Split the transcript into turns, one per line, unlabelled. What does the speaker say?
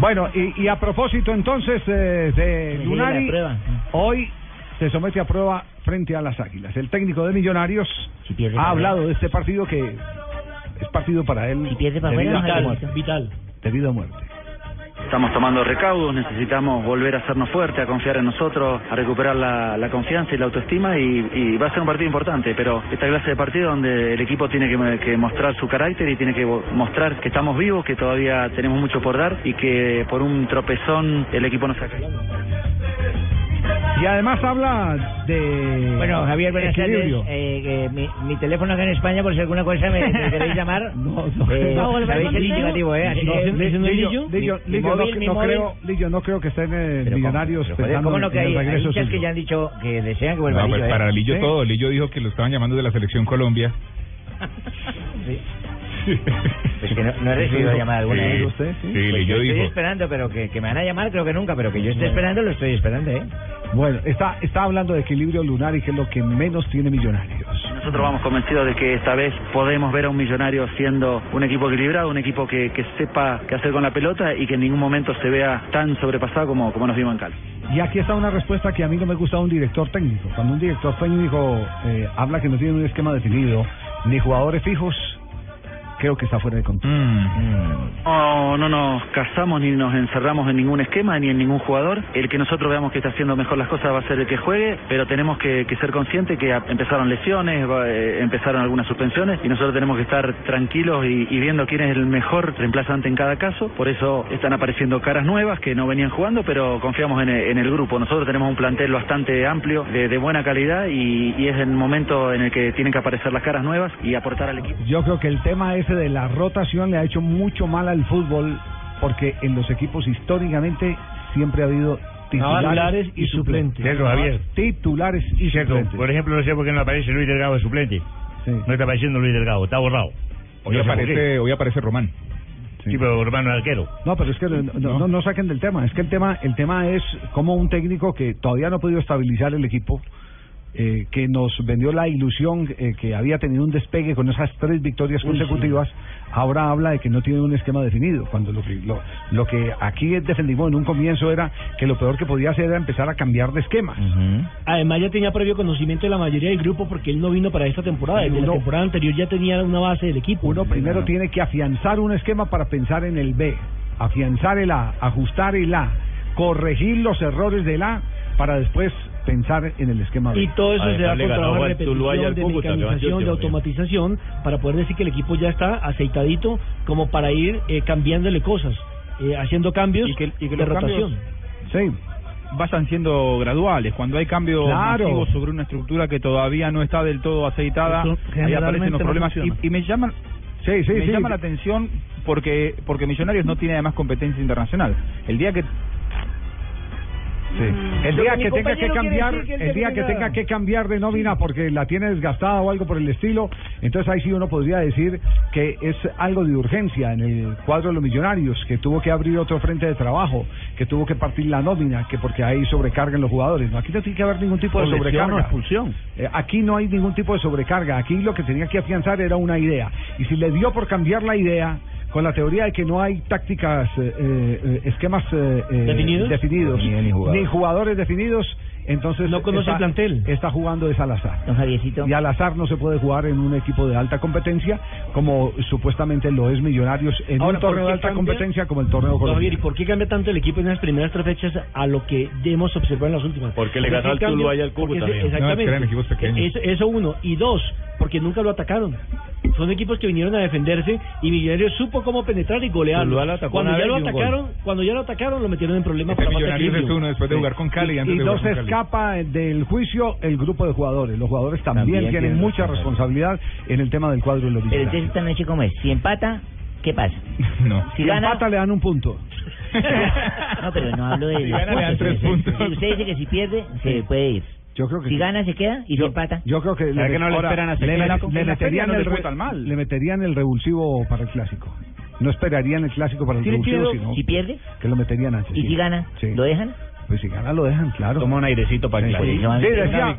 Bueno, y, y a propósito entonces eh, de
sigue
Lunari,
la prueba.
hoy se somete a prueba frente a las Águilas. El técnico de Millonarios
Si pierde,
ha
para
hablado de este partido que es partido para él
Si pierde, para
debido,
afuera,
a
nos
muerte,
alcanza. Vital.
debido a muerte.
Estamos tomando recaudos, necesitamos volver a hacernos fuerte, a confiar en nosotros, a recuperar la, la confianza y la autoestima y, y va a ser un partido importante, pero esta clase de partido donde el equipo tiene que, que mostrar su carácter y tiene que vo- mostrar que estamos vivos, que todavía tenemos mucho por dar y que por un tropezón el equipo no saca.
Y además habla de
Bueno, Javier, buenas tardes.
equilibrio.
Eh, eh, mi, mi teléfono acá en España, por si alguna cosa me, me queréis llamar.
No, no.
Eh,
¿Va a volver
sabéis
con
el
Lillo?
indicativo, ¿eh? Así
No,
que-
Li- Lillo,
Mi-
Lillo,
mi
Lillo, no-
móvil, mi
no
móvil.
creo- Lillo, no creo que estén eh,
Pero,
millonarios
pero, joder,
pensando
¿Cómo no
en
que hay,
el
hay
regreso
hinchas
suyo.
que ya han dicho que desean que vuelva
No,
Lillo,
pues
¿eh?
para Lillo
Sí.
todo. Lillo dijo que lo estaban llamando de la selección Colombia.
Sí. Pues que no, no he recibido
Eso-
llamada alguna.
Sí.
¿eh?
usted, sí?
sí,
Pues
Lillo
yo estoy
dijo.
esperando, pero que, que me van a llamar, creo que nunca, pero que yo esté esperando, lo estoy esperando, ¿eh?
Bueno, está, está hablando de equilibrio lunar y que es lo que menos tiene Millonarios.
Nosotros vamos convencidos de que esta vez podemos ver a un millonario siendo un equipo equilibrado, un equipo que, que sepa qué hacer con la pelota y que en ningún momento se vea tan sobrepasado como, como nos vimos en Cali.
Y aquí está una respuesta que a mí no me gusta de un director técnico. Cuando un director técnico eh, habla que no tiene un esquema definido, ni jugadores fijos, creo que está fuera de control.
Mm.
Oh, No, no nos casamos ni nos encerramos en ningún esquema ni en ningún jugador. El que nosotros veamos que está haciendo mejor las cosas va a ser el que juegue, pero tenemos que, que ser conscientes que a- empezaron lesiones, va- eh, empezaron algunas suspensiones y nosotros tenemos que estar tranquilos y, y viendo quién es el mejor reemplazante en cada caso. Por eso están apareciendo caras nuevas que no venían jugando, pero confiamos en e- en el, grupo. Nosotros tenemos un plantel bastante amplio, de, de buena calidad y, y es el momento en el que tienen que aparecer las caras nuevas y aportar al equipo.
Yo creo que el tema ese de la rotación le ha hecho mucho mal al fútbol porque en los equipos históricamente siempre ha habido titulares,
Titulares y suplentes. Cierto, Javier.
Titulares y suplentes.
pues,
Por ejemplo, no sé por qué no aparece Luis Delgado de suplente.
Sí.
No está apareciendo Luis Delgado, está borrado.
Hoy,
No sé por qué.
aparece, hoy aparece Román.
Sí, pero hermano arquero.
No, pero es que no, no, no- no saquen del tema. Es que el tema, el tema es como un técnico que todavía no ha podido estabilizar el equipo, eh, que nos vendió la ilusión eh, que había tenido un despegue con esas tres victorias consecutivas. Ahora habla de que no tiene un esquema definido. Cuando lo que, lo, lo que aquí defendimos en un comienzo era que lo peor que podía hacer era empezar a cambiar de esquemas.
Además ya tenía previo conocimiento de la mayoría del grupo porque él no vino para esta temporada. Desde
Uno-
la temporada anterior ya tenía una base del equipo.
Uno primero tiene que afianzar un esquema para pensar en el B, afianzar el A, ajustar el A, corregir los errores del A para después pensar en el esquema B.
Y todo eso se da
Además, le
con
ganó
trabajo de
al Tuluá y
repetición,
al
de
Cúcuta, le va a decir,
mecanización,
Dios
de
mío.
automatización, para poder decir que el equipo ya está aceitadito como para ir eh, cambiándole cosas, eh, haciendo cambios
Y que- y que
de
los cambios-
rotación.
Sí.
vayan siendo graduales. Cuando hay cambios
Claro.
masivos sobre una estructura que todavía no está del todo aceitada,
Eso
ahí
generalmente
aparecen los
no
problemas. Y,
funciona.
y me llaman
Sí, sí,
me
sí.
llama la atención porque porque Millonarios no tiene además competencia internacional. El día que
Sí. El
Mm. Lo
día
que mi
que tenga que
compañero quiere
cambiar,
decir que él
el día que
termina-
tenga que cambiar de nómina porque la tiene desgastada o algo por el estilo, entonces ahí sí uno podría decir que es algo de urgencia en el cuadro de los millonarios, que tuvo que abrir otro frente de trabajo, que tuvo que partir la nómina, que porque hay sobrecarga en los jugadores. No, aquí no tiene que haber ningún tipo de sobrecarga. Eh, aquí no hay ningún tipo de sobrecarga. Aquí lo que tenía que afianzar era una idea. Y si le dio por cambiar la idea con la teoría de que no hay tácticas, eh, eh, eh, esquemas eh, eh,
¿Definidos?
definidos,
Ni- ni jugadores.
ni jugadores definidos, entonces
No conoce el plantel.
Está jugando es al azar.
Don Javiercito.
Y al azar no se puede jugar en un equipo de alta competencia como supuestamente lo es Millonarios en
Ahora,
un
¿por
torneo de
qué
alta
cambia?
competencia como el torneo
Don Javier, ¿y
colombiano.
por qué cambia tanto el equipo en las primeras tres fechas a lo que hemos observado en las últimas?
Porque le
Porque
ganó
sí
al
cambia-
Tuluá y al
porque
Cúcuta,
sí,
amigo.
Exactamente.
No, es que eran equipos pequeños.
Eso, eso uno. Y dos, porque nunca lo atacaron. Son equipos que vinieron a defenderse y Millonarios supo cómo penetrar y golear.
Tuluá lo atacó
Cuando
una
ya
vez
lo
y un gol.
atacaron, cuando ya lo atacaron, lo metieron en problemas
Ese
para más
Millonarios es
equilibrio.
uno después de jugar con Cali.
Y,
antes
y
de
no
jugar
se
con Cali.
escapa del juicio el grupo de jugadores. Los jugadores también,
También
tienen
tienen
mucha responsabilidad en el tema del cuadro de los
Pero
Millonarios.
entonces esta noche, ¿cómo es? Si empata,
¿Qué pasa?
No.
Si gana-
empata le dan un punto.
Ah,
No, pero no hablo de.
Si
las
gana, le dan
cosas.
tres
Usted-
puntos.
si Usted dice que si pierde, se
Sí.
puede ir.
Yo creo que
Si
sí.
gana, se queda y si empata.
Yo creo que
¿Será
met-
que no le
ahora,
esperan hasta
le,
el
met-
clásico?
le
En la feria
meterían
no
el
le
re-
fue tan mal.
le meterían el revulsivo para el clásico. No esperarían el clásico para el
¿Tiene
revulsivo,
sentido?
sino
Si pierde,
que lo meterían antes.
¿Y
sí.
si gana?
Sí.
¿Lo dejan?
Pues si gana lo dejan, claro. Toma un airecito para
el clásico.
Sí, decía-